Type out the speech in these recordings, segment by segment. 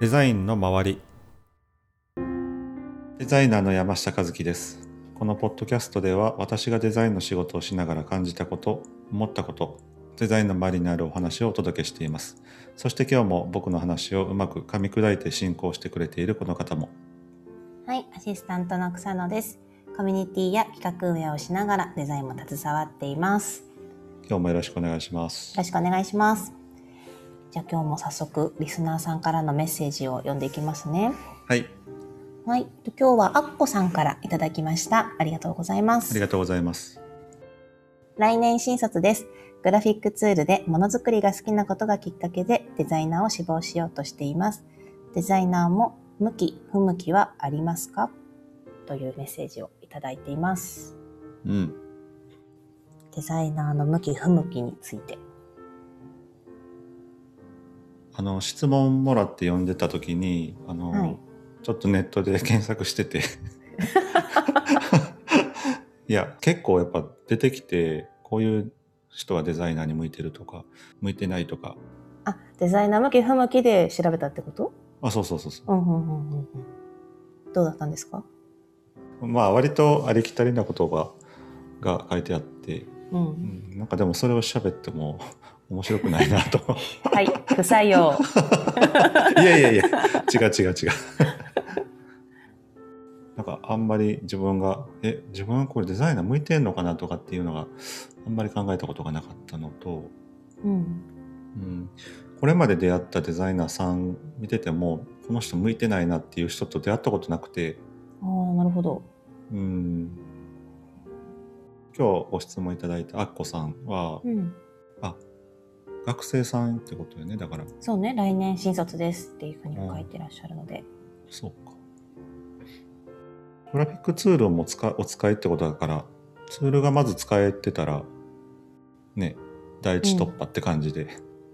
デザインの周りデザイナーの山下和樹ですこのポッドキャストでは私がデザインの仕事をしながら感じたこと思ったことデザインの周りにあるお話をお届けしていますそして今日も僕の話をうまく噛み砕いて進行してくれているこの方もはい、アシスタントの草野です。コミュニティや企画運営をしながらデザインも携わっています。よ今日もよろしくお願いしますろしくお願いします。じゃあ今日も早速リスナーさんからのメッセージを読んでいきますね。はいはい、今日はアッコさんからいただきました。ありがとうございまありす。がとうございます来年新卒です。グラフィックツールでものづくりが好きなことがきっかけでデザイナーを志望しようとしています。デザイナーも向き不向きはありますかというメッセージをいただいています。うんデザイナーの向き不向きについて。あの質問もらって読んでた時にあの、はいちょっとネットで検索してて いや結構やっぱ出てきてこういう人はデザイナーに向いてるとか向いてないとかあ、デザイナー向き不向きで調べたってことあそうそうそうそうう、んうんうんうんうん。どうだったんですかまあ割とありきたりな言葉が書いてあって、う。うんん、なんかでもそれを喋っても面白くないなとはい、不採用。 いやいやいや違う違 う違うなんかあんまり自分がえ自分はこれデザイナー向いてんのかなとかっていうのがあんまり考えたことがなかったのと、うん。うん、これまで出会ったデザイナーさん見ててもこの人向いてないなっていう人と出会ったことなくて、ああ、なるほど。うん、今日ご質問いただいたアッコさんはうん。学生さんってことよねだからそうね、来年新卒ですっていうふうに書いてらっしゃるので。そうかグラフィックツールをも使お使いってことだからツールがまず使えてたらね第一突破って感じで、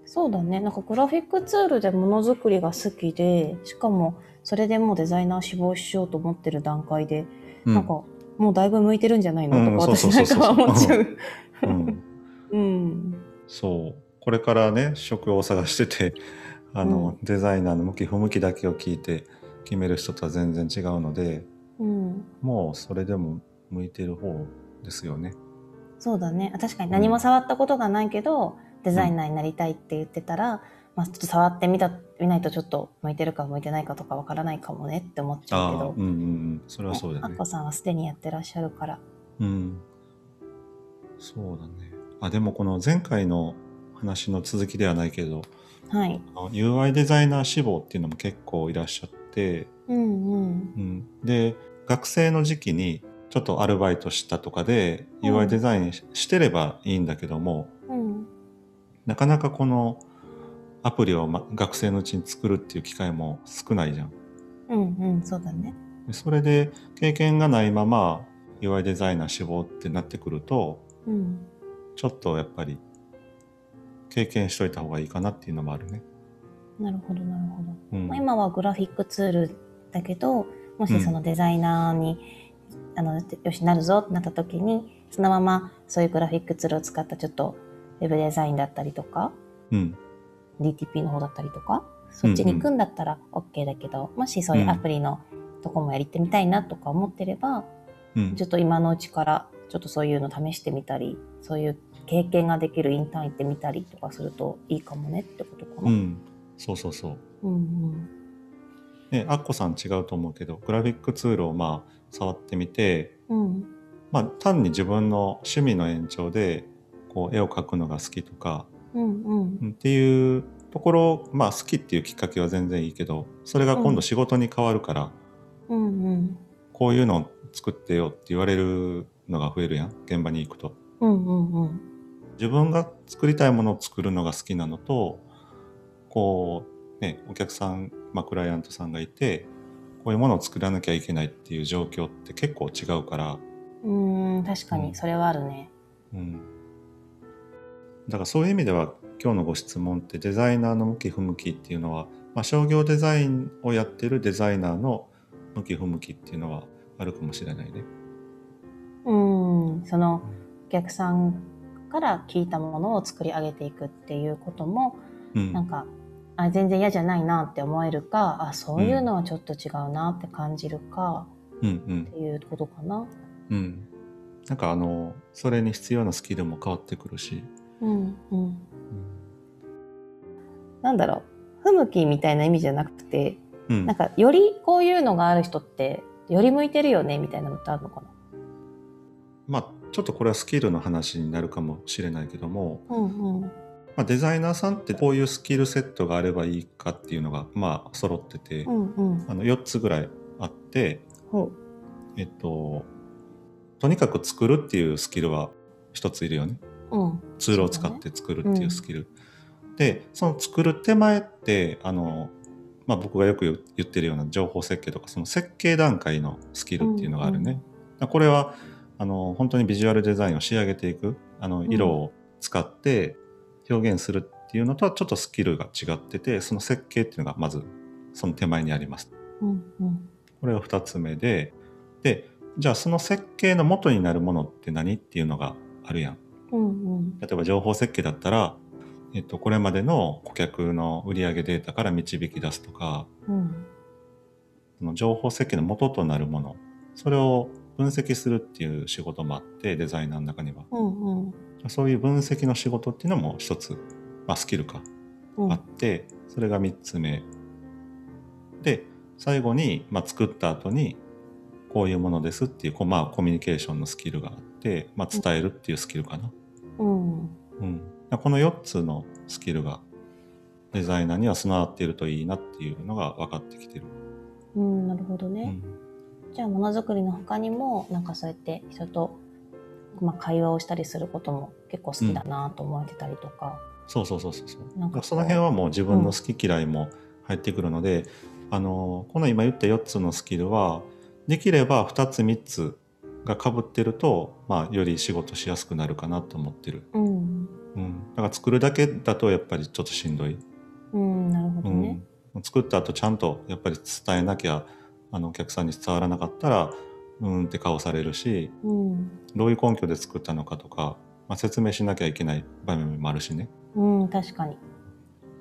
そうだね、なんかグラフィックツールでものづくりが好きで、しかもそれでもうデザイナー志望しようと思ってる段階で、うんなんかもうだいぶ向いてるんじゃないのとか、うん私そうそなうんそうかそうは思っちゃう。うん、うん。そうこれからね職を探しててあの、デザイナーの向き不向きだけを聞いて決める人とは全然違うのでうん。もうそれでも向いてる方ですよね。そうだね確かに何も触ったことがないけど、デザイナーになりたいって言ってたら、まあ、ちょっと触ってみた見ないとちょっと向いてるか向いてないかとかわからないかもねって思っちゃあうけあ、どうんうんうん、それはそうだあよっねこ。さんはすでにやってらっしゃるからうん。そうだね。あ、でもこの前回の話の続きではないけど、はいあの UI デザイナー志望っていうのも結構いらっしゃって、うんうんうん、で、学生の時期にちょっとアルバイトしたとかでうん UI デザインししてればいいんだけども、うんなかなかこのアプリを、ま、学生のうちに作るっていう機会も少ないじゃん。うんうんそうだねでそれで経験がないまま UI デザイナー志望ってなってくると、うんちょっとやっぱり経験しといた方がいいかなっていうのもあるね。なるほどなるほど、うんまあ、今はグラフィックツールだけどもしそのデザイナーに、あのよしなるぞってなった時にそのままそういうグラフィックツールを使ったちょっとウェブデザインだったりとかうん、 DTP の方だったりとかそっちに行くんだったら OK だけど、もしそういうアプリのとこもやりてみたいなとか思ってれば、うんち、ょっと今のうちからちょっとそういうの試してみたりそういう経験ができるインターン行ってみたりとかするといいかもねってことかうな。ん、そうそうそう。うんうんね、アッコさん違うと思うけど、グラフィックツールをまあ触ってみて、うんまあ単に自分の趣味の延長で、こう絵を描くのが好きとか、うんうんうんっていうところ、まあ好きっていうきっかけは全然いいけど、それが今度仕事に変わるから、うんうんこういうのを作ってよって言われるのが増えるやん、現場に行くと。うんうんうん自分が作りたいものを作るのが好きなのとこう、ね、お客さん、まあ、クライアントさんがいてこういうものを作らなきゃいけないっていう状況って結構違うから、うーん確かにそれはあるね。うん、だからそういう意味では今日のご質問ってデザイナーの向き不向きっていうのは、まあ、商業デザインをやってるデザイナーの向き不向きっていうのはあるかもしれないね。うんそのお客さんから聞いたものを作り上げていくっていうこともうんなんかあ全然嫌じゃないなって思えるかあそういうのはちょっと違うなって感じるかうんっていうことかな。うんうんなんかあのそれに必要なスキルも変わってくるし、うんうん、うんなんだろう不向きみたいな意味じゃなくてうんなんかよりこういうのがある人ってより向いてるよねみたいなのってあるのかまあちょっとこれはスキルの話になるかもしれないけども、な。うんうんまあ、デザイナーさんってこういうスキルセットがあればいいかっていうのがまあ揃ってて、うんうん、あの4つぐらいあって、ほえっと、とにかく作るっていうスキルは1ついるよねううんツールを使って作るっていうスキル。でその作る手前ってあの、まあ、僕がよく言言ってるような情報設計とかその設計段階のスキルっていうのがあるね。うんだからこれはあの本当にビジュアルデザインを仕上げていくあのん色を使って表現するっていうのとはちょっとスキルが違っててその設計っていうのがまずその手前にあります。うんうんこれが2つ目ででじゃあその設計の元になるものって何っていうのがあるやん。うんうん例えば情報設計だったら、えっと、これまでの顧客の売上データから導き出すとかうんその情報設計の元となるものそれを分析するっていう仕事もあってデザイナーの中にはうんそういう分析の仕事っていうのも一つ、まあ、スキルかうんあってそれが3つ目で最後に、まあ、作った後にこういうものですっていうこう、まあ、コミュニケーションのスキルがあって、まあ、伝えるっていうスキルかな。うんうん、だからこの4つのスキルがデザイナーには備わっているといいなっていうのが分かってきてる。うんなるほどね。うんじゃあものづくりの他にもなんかそうやって人と、まあ、会話をしたりすることも結構好きだなと思えてたりとか、そうそうそうそうそう。なだんかからその辺はもう自分の好き嫌いも入ってくるので、あのこの今言った4つのスキルはできれば2つ3つが被ってると、まあ、より仕事しやすくなるかなと思ってる。うん、うん、だから作るだけだとやっぱりちょっとしんどい。うん、なるほどね。うん、作った後ちゃんとやっぱり伝えなきゃあのお客さんに伝わらなかったらうーんって顔されるしうん、どういう根拠で作ったのかとか、まあ、説明しなきゃいけない場面もあるしね。うん、確かに。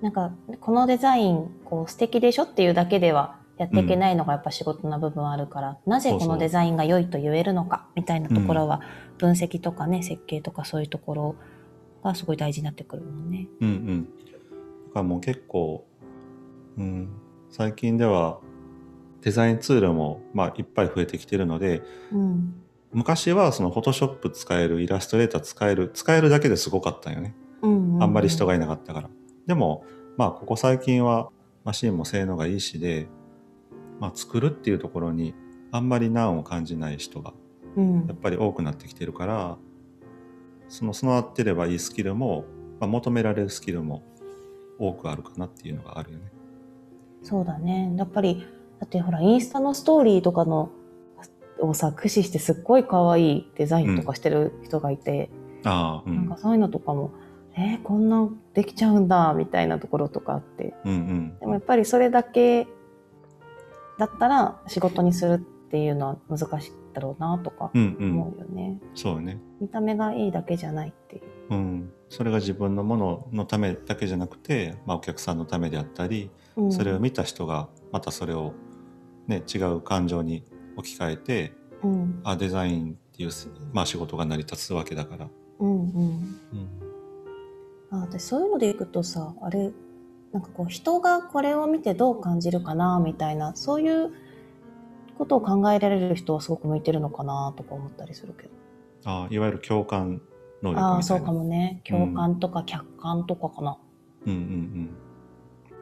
なんかこのデザインこう素敵でしょっていうだけではやっていけないのがやっぱ仕事な部分あるから、なぜこそうそのうデザインが良いと言えるのかみたいなところは分析とかね、設計とかそういうところがすごい大事になってくるもんね。うんうん、だからもう結構、うん、最近ではデザインツールも、まあ、いっぱい増えてきてるのでうん、昔はそのフォトショップ使えるイラストレーター使える使えるだけですごかったんよね。うん、あんまり人ががいなかったから。でも、まあ、ここ最近はマシンも性能がいいしで、まあ、作るっていうところにあんまり難を感じない人がうんやっぱり多くなってきてるから、その備わってればいいスキルも、まあ、求められるスキルも多くあるかなっていうのがあるよね。そうだね。やっぱり、だってほら、インスタのストーリーとかの、をさ、駆使してすっごい可愛いデザインとかしてる人がいて、ああ、うん、なんかそういうのとかも、えーこんなんできちゃうんだ、みたいなところとかあって。うんでもやっぱりそれだけだったら仕事にするっていうのは難しいだろうな、とかうん。うんうん。思うよね。そうよね。見た目がいいだけじゃないっていう。うん。それが自分のもののためだけじゃなくて、まあ、お客さんのためであったり、うんそれを見た人がまたそれを、ね、違う感情に置き換えてうん、あデザインっていう、まあ、仕事が成り立つわけだから、うん、うん。うん、あ私そういうのでいくとさあれなんかこう人がこれを見てどう感じるかなみたいなそういうことを考えられる人はすごく向いてるのかなとか思ったりするけどあいわゆる共感能力みたいなああーそうかもね共感とか客観とかかな,、うん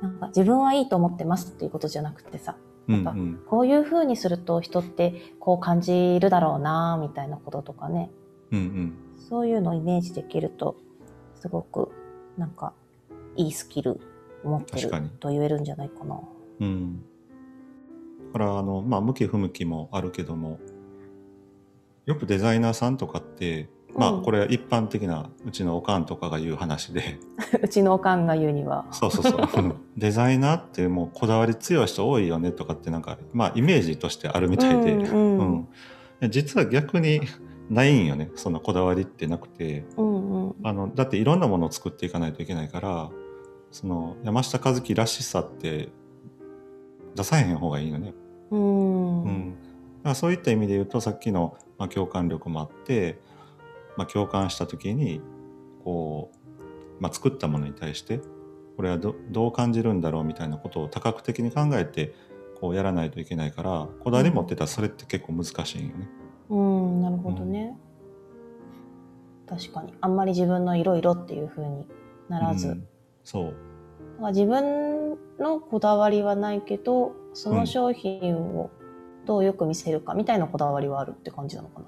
なんか自分はいいと思ってますっていうことじゃなくてさうんうんやうっぱんこういう風にすると人ってこう感じるだろうなみたいなこととかねうんうんそういうのをイメージできるとすごくなんかいいスキル持ってる確かにと言えるんじゃないかな。うんうんだからあのまあ向き不向きもあるけどもよくデザイナーさんとかってまあうんこれは一般的なうちのおかんとかが言う話で、うちのおかんが言うには。そうそう そうデザイナーってもうこだわり強い人多いよねとかってなんかまあイメージとしてあるみたいで、うんううんん、実は逆にないんよねそんなこだわりってなくてうんうんあのだっていろんなものを作っていかないといけないからその山下和樹らしさって出さへん方がいいのね。う。うんん、だからそういった意味で言うとさっきの、まあ、共感力もあって、まあ、共感した時にこう、まあ、作ったものに対してこれはどどう感じるんだろうみたいなことを多角的に考えてこうやらないといけないからこだわり持ってたらそれって結構難しいんよね。うん、なるほどね。確かに。あんまり自分の色々っていう風にならず。うんそうまあ自分のこだわりはないけどその商品をどうよく見せるかみたいなこだわりはあるって感じなのか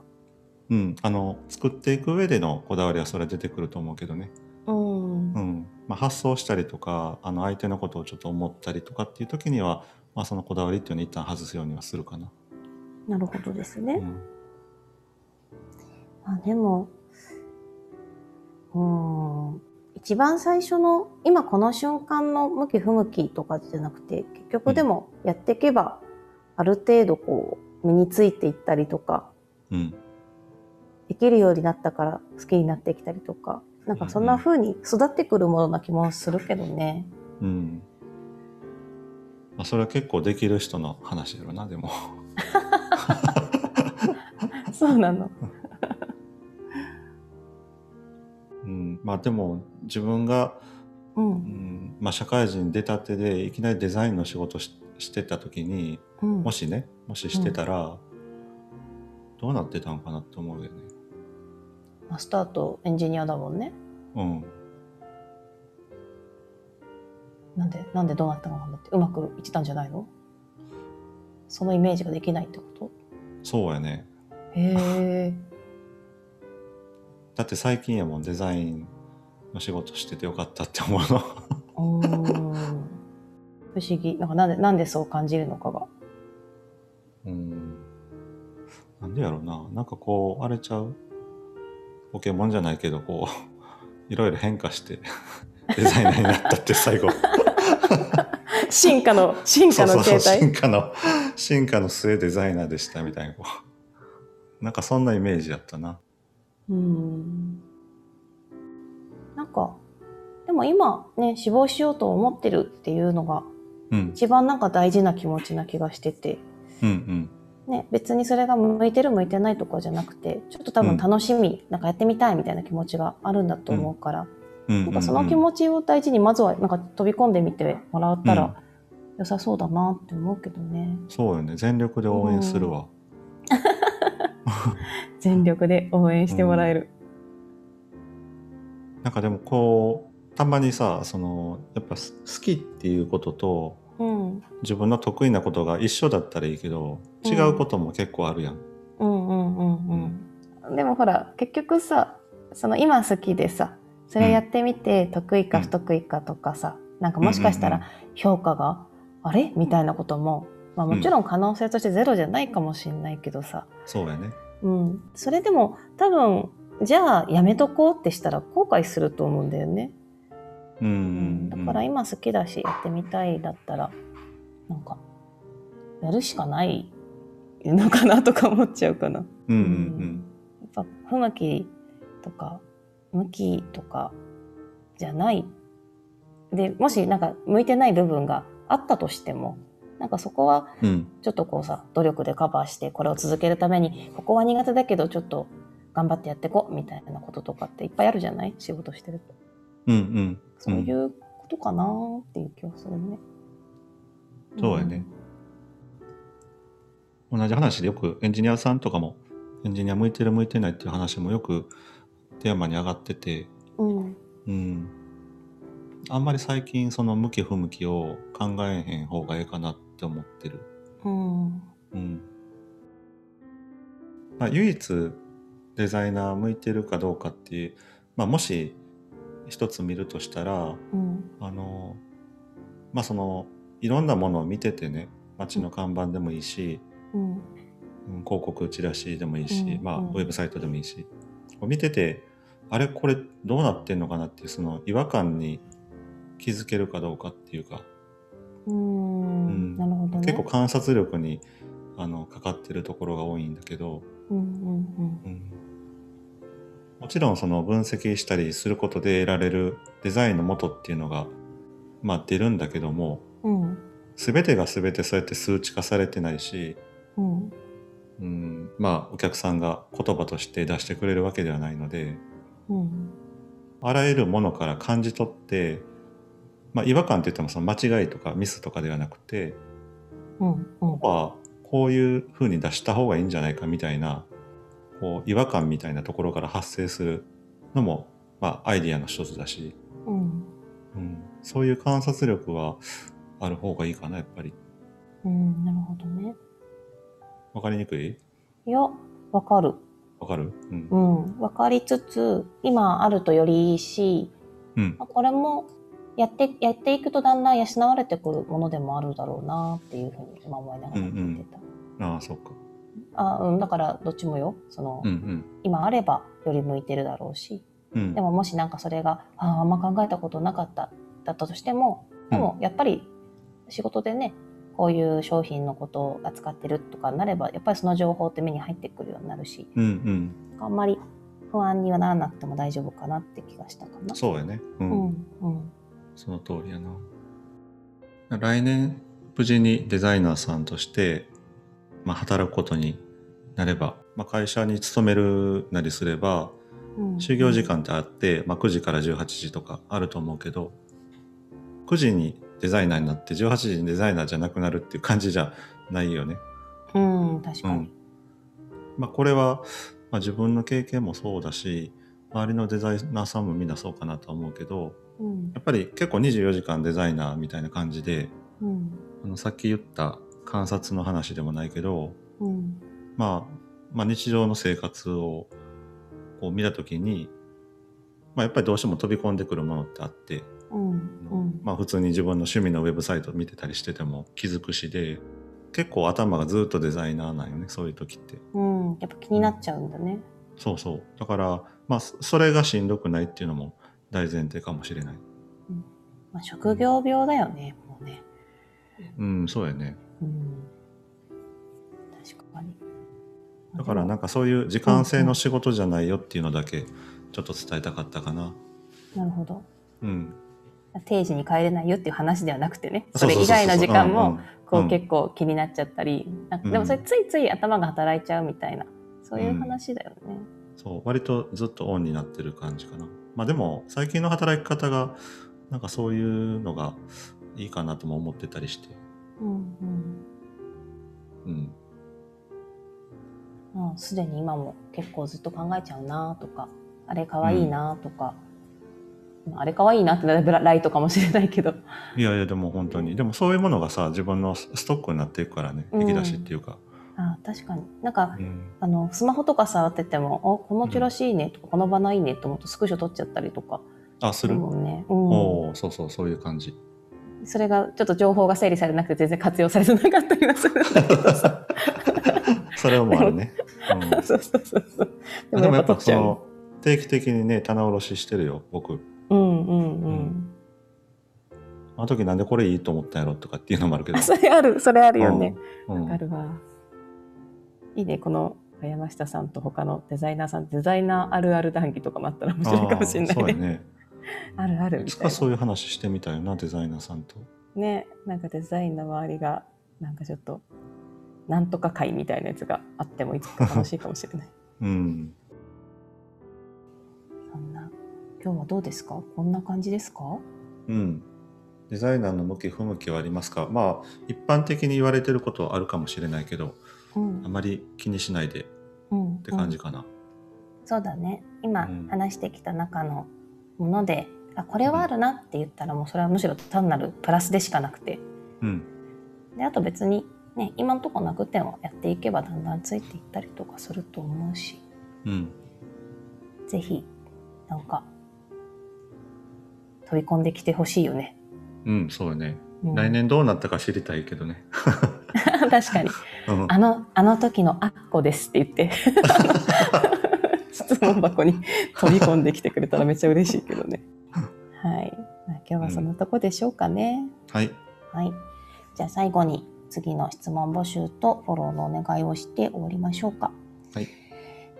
うん、あの作っていく上でのこだわりはそれは出てくると思うけどね、な。うんう。んまあ、発想したりとかあの相手のことをちょっと思ったりとかっていう時には、まあ、そのこだわりっていうのを一旦外すようにはするかな。なるほどですうね。んあでも、うん。一番最初の今この瞬間の向き不向きとかじゃなくて結局でもやっていけばある程度こう身についていったりとかうんできるようになったから好きになってきたりとかなんかそんな風に育ってくるものな気もするけどね。うんまあ、それは結構できる人の話やろなでも そうなの。うんまあでも自分が、う。うんんまあ、社会人出たてでいきなりデザインの仕事ししてた時にうんもしねもししてたら、どうなってたんかなって思うよね。マスターとエンジニアだもんね。うんなんで、なんでどうなったのかなって、うまくいってたんじゃないのそのイメージができないってこそうやね。とへ え。だって最近やもんデザインの仕事しててよかったって思うの。うーん。不思議。なんかなんで、なんでそう感じるのかが。うん。なんでやろうな。なんかこう、あれちゃうポケモンじゃないけど、こう、い ろいろ変化してデザイナーになったって最後。 進化の、 進そ化うそのうそ形う、態。進化の、進化の末デザイナーでしたみたいな。こうなんかそんなイメージだったな。うーん。なんか、でも今ね、死亡しようと思ってるっていうのが、うん、一番なんか大事な気持ちな気がしてて。うん、うん。ね、別にそれが向いてる向いてないとかじゃなくてちょっと多分楽しみ、なんかやってみたいみたいな気持ちがあるんだと思うから、うんうんうなんんかその気持ちを大事にまずはなんか飛び込んでみてもらったら良さそうだなって思うけどね、そうよね。全力で応援する わ。全力で応援してもらえる、なんかでもこう、たまにさ、その、やっぱす好きっていうことと、うん自分の得意なことが一緒だったらいいけど違うことも結構あるやん、うんうんうんうんでもほら結局さその今好きでさそれやってみて得意か不得意かとかさ、なんかもしかしたら評価があれみたいなことも、まあ、もちろん可能性としてゼロじゃないかもしれないけどさ、そうやねうん、それでも多分じゃあやめとこうってしたら後悔すると思うんだよね、うんうんだから今好きだしやってみたいだったらなんかやるしかないのかなとか思っちゃうかな。うんうんやっぱ不向きとか向きとかじゃないでもしなんか向いてない部分があったとしてもなんかそこはうんうんちょっとこうさ努力でカバーしてこれを続けるためにここは苦手だけどちょっと頑張ってやってこうみたいなこととかっていっぱいあるじゃない仕事してるとうんうんそういうことかなーっていう気はするね、そうやね同じ話でよくエンジニアさんとかもエンジニア向いてる向いてないっていう話もよくテーマに上がっててうんうんあんまり最近その向き不向きを考えへん方がええかなって思ってるうんうんまあ、唯一デザイナー向いてるかどうかっていう、まあ、もし一つ見るとしたらうんあの、まあ、そのいろんなものを見ててね街の看板でもいいし、ううんん広告チラシでもいいし、うんまあ、うウんェブサイトでもいいしこう見ててあれこれどうなってんのかなっていうその違和感に気づけるかどうかっていうかうんうんなるほどね結構観察力にあのかかってるところが多いんだけど。うんうんうんもちろんその分析したりすることで得られるデザインの元っていうのがまあ出るんだけどもうん。全てが全てそうやって数値化されてないし、うん。うん、まあお客さんが言葉として出してくれるわけではないのでうん。あらゆるものから感じ取って、まあ、違和感って言ってもその間違いとかミスとかではなくてうん。うん。まあこういう風に出した方がいいんじゃないかみたいなこう違和感みたいなところから発生するのも、まあ、アイディアの一つだし、うん。うん、そういう観察力はある方がいいかなやっぱりうん。なるほどね。わかりにくいいや、わかる。わかる、うんうん。わかりつつ、今あるとよりいいし、うんまあこれも、やって、やっていくとだんだん養われてくるものでもあるだろうなっていうふうに今思いながら聞いてた。ああそうかあうん、だからどっちもよ。その、うん今あればより向いてるだろうし、うんうんでももしなんかそれがあーあんま考えたことなかっただったとしてもでもやっぱり仕事でねこういう商品のことを扱ってるとかになればやっぱりその情報って目に入ってくるようになるしうんうんあんまり不安にはならなくても大丈夫かなって気がしたかな。そうやねううんんうんその通りやな。来年、無事にデザイナーさんとして、まあ、働くことになれば、まあ、会社に勤めるなりすれば、うん就業時間ってあって、まあ、9時から18時とかあると思うけど、9時にデザイナーになって、18時にデザイナーじゃなくなるっていう感じじゃないよね。うん確うかんに。まあ、これは、まあ、自分の経験もそうだし、周りのデザイナーさんもみんなそうかなとは思うけど、うんやっぱり結構24時間デザイナーみたいな感じで、うんあのさっき言った観察の話でもないけど、うんまあ、まあ日常の生活をこう見たときに、まあやっぱりどうしても飛び込んでくるものってあって、うんうんまあ普通に自分の趣味のウェブサイト見てたりしてても気づくしで、結構頭がずっとデザイナーなんよね、そういう時って。うんやっぱ気になっちゃうんだね。そうそう。だから、まあそそれがしんどくないっていうのも大前提かもしれない。まあ、職業病だよねもうね。うん、そうやね。うん確かに。だからでもなんかそういう時間制の仕事じゃないよっていうのだけちょっと伝えたかったかな。なるほど。うん。定時に帰れないよっていう話ではなくてね、そそうれそうそうそう以外の時間うんうもんこうんう結構気になっちゃったり、なんかうんでもそれついつい頭が働いちゃうみたいな、そういう話だよね。そう割とずっとオンになってる感じかなまあでも最近の働き方がなんかそういうのがいいかなとも思ってたりしてうんうんうん。もうすでに今も結構ずっと考えちゃうなとか、あれ可愛いなとか、まああれ可愛いなってだいぶライトかもしれないけど、いやいやでも本当にでもそういうものがさ自分のストックになっていくからねうん引き出しっていうか、あ確かになんかうんあのスマホとか触ってても、おこのチラシいいねとか、このバナいいねと思ってスクショ撮っちゃったりとかあする、もんね。うんおおそうそうそういう感じ それがちょっと情報が整理されなくて全然活用されてなかったりはする んだけどさそれはもうあるね、うそうそうそうそう。ん、でもやっぱ撮ちそゃうの定期的にね棚卸ししてるよ僕うんうんう。うんあの時なんでこれいいと思ったんやろとかっていうのもあるけどあそれあるそれあるよね。うんうんわかるわ。いいねこの山下さんと他のデザイナーさんデザイナーあるある談義とかもあったら面白いかもしれあーないそうやね。ね あるあるいみつたいかなそういう話してみたいなデザイナーさんとねなんかデザインの周りがなんかちょっとなんとか会みたいなやつがあってもいつか楽しいかもしれない。うん そんな今日はどうですか？こんな感じですか？うん、デザイナーの向き不向きはありますかまあ一般的に言われてることはあるかもしれないけどうんあまり気にしないでっうんって感じかな、そうだね今うん話してきた中のもので、あこれはあるなって言ったらもうそれはむしろ単なるプラスでしかなくてうんであと別に、ね、今のとこなくてもやっていけばだんだんついていったりとかすると思うしうんぜひなんか飛び込んできてほしいよね。うんそうよね、うん来年どうなったか知りたいけどね、 確かにうん、あのあの時の「あっこです」って 言って質問箱に飛び込んできてくれたらめっちゃ嬉しいけど ね。はい、まあ、今日はそんなとこでしょうかね。はいはい。じゃあ最後に次の質問募集とフォローのお願いをして終わりましょうか。はい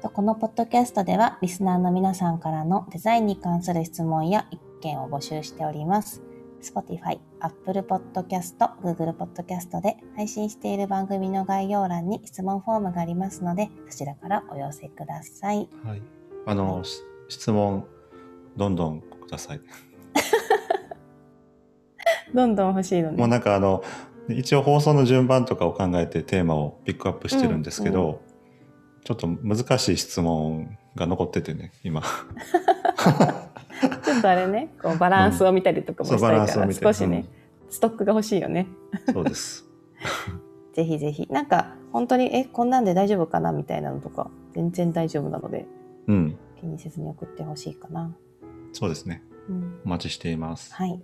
と。このポッドキャストではリスナーの皆さんからのデザインに関する質問や意見を募集しております。 Spotify、Apple Podcast、Google Podcast で配信している番組の概要欄に質問フォームがありますので、そちらからお寄せください。はい、あの、し質問どんどんください。どんどん欲しいのね。もうなんかあの一応放送の順番とかを考えてテーマをピックアップしてるんですけど、ちょっと難しい質問が残っててね今 ちょっとあれね、こうバランスを見たりとかもそしうバラたンいスかをら、見て少しね、、ストックが欲しいよね。うんそうですぜひぜひ。なんか、本当に、え、こんなんで大丈夫かなみたいなのとか、全然大丈夫なので、うん気にせずに送ってほしいかな。そうですねうん。お待ちしていますはい。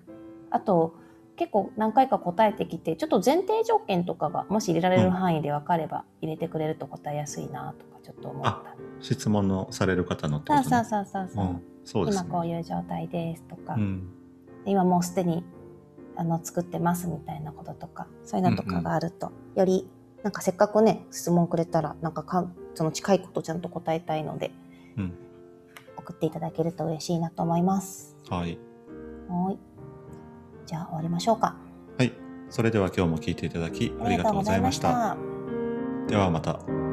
あと、結構何回か答えてきて、ちょっと前提条件とかが、もし入れられる範囲で分かれば、入れてくれると答えやすいなとか、ちょっと思った。質問のされる方のってさこあと、さあね、さあさあさあ、うんそうです今ねこういう状態ですとか、うん今もうすでにあの作ってますみたいなこととかそういうのとかがあると、よりなんかせっかくね質問くれたらなんかかんその近いことちゃんと答えたいのでうん送っていただけると嬉しいなと思います。はいはーいじゃあ終わりましょうか。はいそれでは今日も聞いていただきありがとうございましたありがとうございました。ではまたま